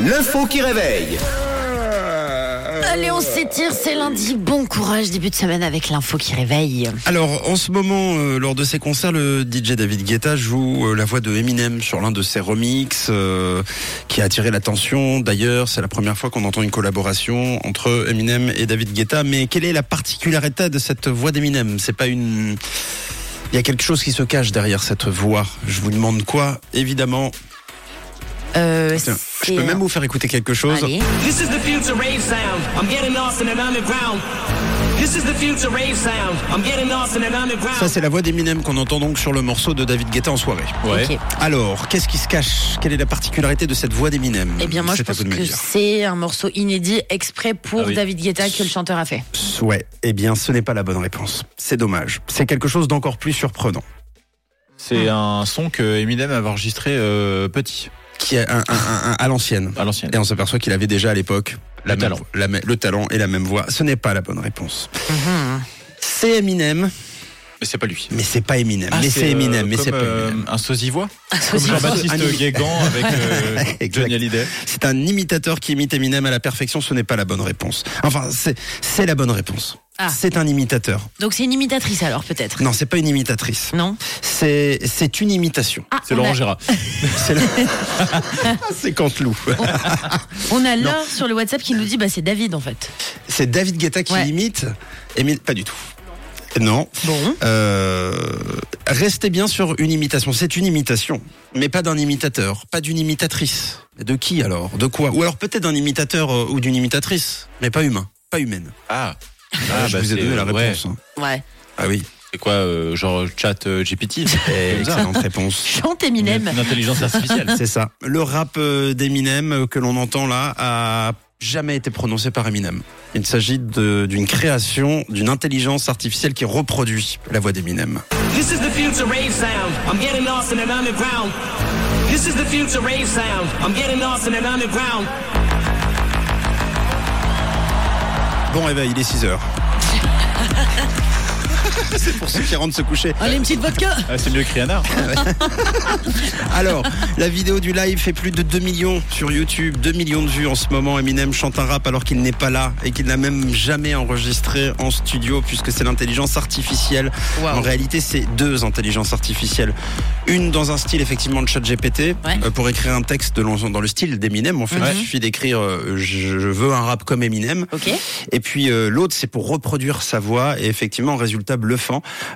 L'info qui réveille. Allez, on s'étire, c'est lundi. Bon courage, début de semaine avec l'info qui réveille. Alors, en ce moment, euh, lors de ses concerts, le DJ David Guetta joue euh, la voix de Eminem sur l'un de ses remixes euh, qui a attiré l'attention. D'ailleurs, c'est la première fois qu'on entend une collaboration entre Eminem et David Guetta. Mais quelle est la particularité de cette voix d'Eminem C'est pas une... Il y a quelque chose qui se cache derrière cette voix. Je vous demande quoi Évidemment, Euh, tiens, je c'est- peux même vous faire écouter quelque chose. Allez. This is the future rave sound. I'm getting lost in an underground. This is the future rave sound. I'm getting lost in an underground. Ça, c'est la voix d'Eminem qu'on entend donc sur le morceau de David Guetta en soirée. Ok. Alors, qu'est-ce qui se cache Quelle est la particularité de cette voix d'Eminem Eh bien, moi, je C'est à pense vous de hein. me que dire. c'est un morceau inédit exprès pour Ah David Guetta que le chanteur a fait. Ouais, eh bien, ce n'est pas la bonne réponse. C'est dommage. C'est quelque chose d'encore plus surprenant. C'est Ah. un son que Eminem avait enregistré euh, petit, Qui est un, un- un- un- à l'ancienne. à l'ancienne. Et on s'aperçoit qu'il avait déjà à l'époque la Le même- talent. la me- le talent et la même voix. Ce n'est pas la bonne réponse. Mm-hmm. C'est Eminem, Mais c'est pas lui. mais c'est pas Eminem. mais c'est euh, Eminem, mais comme, c'est pas euh, Eminem. un sosie voix Comme sosie-voix. Un- Jean-Baptiste Guégan avec euh, Exact. Johnny Hallyday. C'est un imitateur qui imite Eminem à la perfection. Ce n'est pas la bonne réponse. Enfin, c'est c'est la bonne réponse. Ah. C'est un imitateur. Donc, c'est une imitatrice, alors, peut-être Non, c'est pas une imitatrice. Non C'est c'est une imitation. Ah, C'est on, Laurent a, Gérard. C'est la- c'est Canteloup. on a là sur le WhatsApp qui nous dit bah, c'est David, en fait. C'est David Guetta qui Ouais. imite. Émi- Pas du tout. Non. Bon. Euh, restez bien sur une imitation. C'est une imitation, mais pas d'un imitateur, pas d'une imitatrice. De qui alors De quoi Ou alors peut-être d'un imitateur euh, ou d'une imitatrice, mais pas humain, pas humaine. Ah, Ah, je bah, vous ai c'est, donné la euh, ouais. réponse. hein. Ouais. Ah oui. C'est quoi, euh, genre chat euh, GPT C'est comme ça. Eh, Excellente réponse. Chante Eminem. Une intelligence artificielle. C'est ça. Le rap euh, d'Eminem euh, que l'on entend là a jamais été prononcé par Eminem. Il s'agit de- d'une création d'une intelligence artificielle qui reproduit la voix d'Eminem. This is the future rave sound. I'm getting lost in an underground. This is the future rave sound. I'm getting lost in an underground. Bon réveil, il est 6 heures. C'est pour ceux qui rentrent se coucher. Allez, une petite vodka Ah, c'est mieux que Rihanna. Alors, la vidéo du live fait plus de 2 millions sur YouTube, 2 millions de vues en ce moment. Eminem chante un rap alors qu'il n'est pas là et qu'il n'a même jamais enregistré en studio puisque c'est l'intelligence artificielle. En réalité, c'est deux intelligences artificielles. Une dans un style effectivement de chat GPT. Ouais. Mhm. Euh, pour écrire un texte de l'en- dans le style d'Eminem, en fait, Ouais. il suffit d'écrire euh, je, je veux un rap comme Eminem. Ok. Et puis euh, l'autre, c'est pour reproduire sa voix. Et effectivement, résultat bluffant.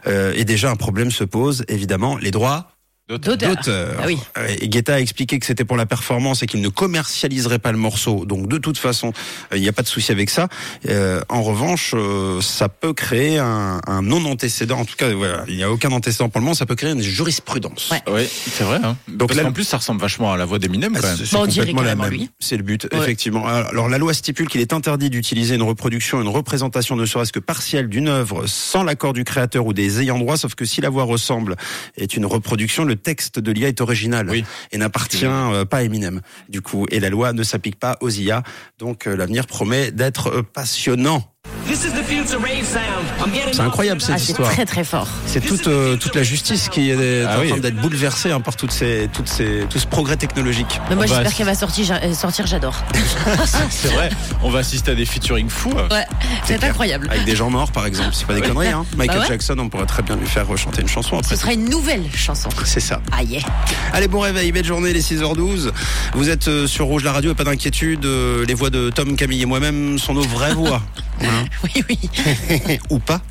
Euh, et déjà, un problème se pose, évidemment, les droits D'auteur. d'auteur. Ah oui. Euh, Et Guetta a expliqué que c'était pour la performance et qu'il ne commercialiserait pas le morceau. Donc de toute façon, euh, il n'y a pas de souci avec ça. Euh, en revanche, euh, ça peut créer un, un non-antécédent. En tout cas, voilà, il n'y a aucun antécédent pour le moment. Ça peut créer une jurisprudence. Ouais. Oui, c'est vrai. Hein. Donc Donc là- en plus, ça ressemble vachement à la voix d'Eminem quand Ah, même. c'est- Bah, on c'est dirait complètement la carrément même. lui. C'est le but, Ouais. effectivement. Alors la loi stipule qu'il est interdit d'utiliser une reproduction, une représentation ne serait-ce que partielle d'une œuvre sans l'accord du créateur ou des ayants droit, sauf que si la voix ressemble est une reproduction, le texte de l'IA est original Oui. et n'appartient euh, pas à Eminem. Du coup, et la loi ne s'applique pas aux IA, donc euh, l'avenir promet d'être euh, passionnant. This is the future rave sound. I'm getting C'est incroyable, lost in Ah, an cette c'est histoire. très très fort. C'est toute euh, toute la justice qui est Ah en oui. train d'être bouleversée hein, par toutes ces toutes ces tout ce progrès technologique. Mais moi, Ah bah, j'espère c'est- qu'elle va sortir, j'a- euh, sortir j'adore. C'est vrai. On va assister à des featuring fous. Ouais, c'est clair. incroyable. Avec des gens morts, par exemple. C'est pas des conneries, hein. Michael ouais. Jackson, on pourrait très bien lui faire chanter une chanson Ce après. sera une nouvelle chanson. C'est ça. Ah yeah. Allez, bon réveil, belle journée, les 6h12. Vous êtes euh, sur Rouge la radio, pas d'inquiétude. euh, Les voix de Tom, Camille et moi-même sont nos vraies voix. Hein Oui, oui. Ou pas.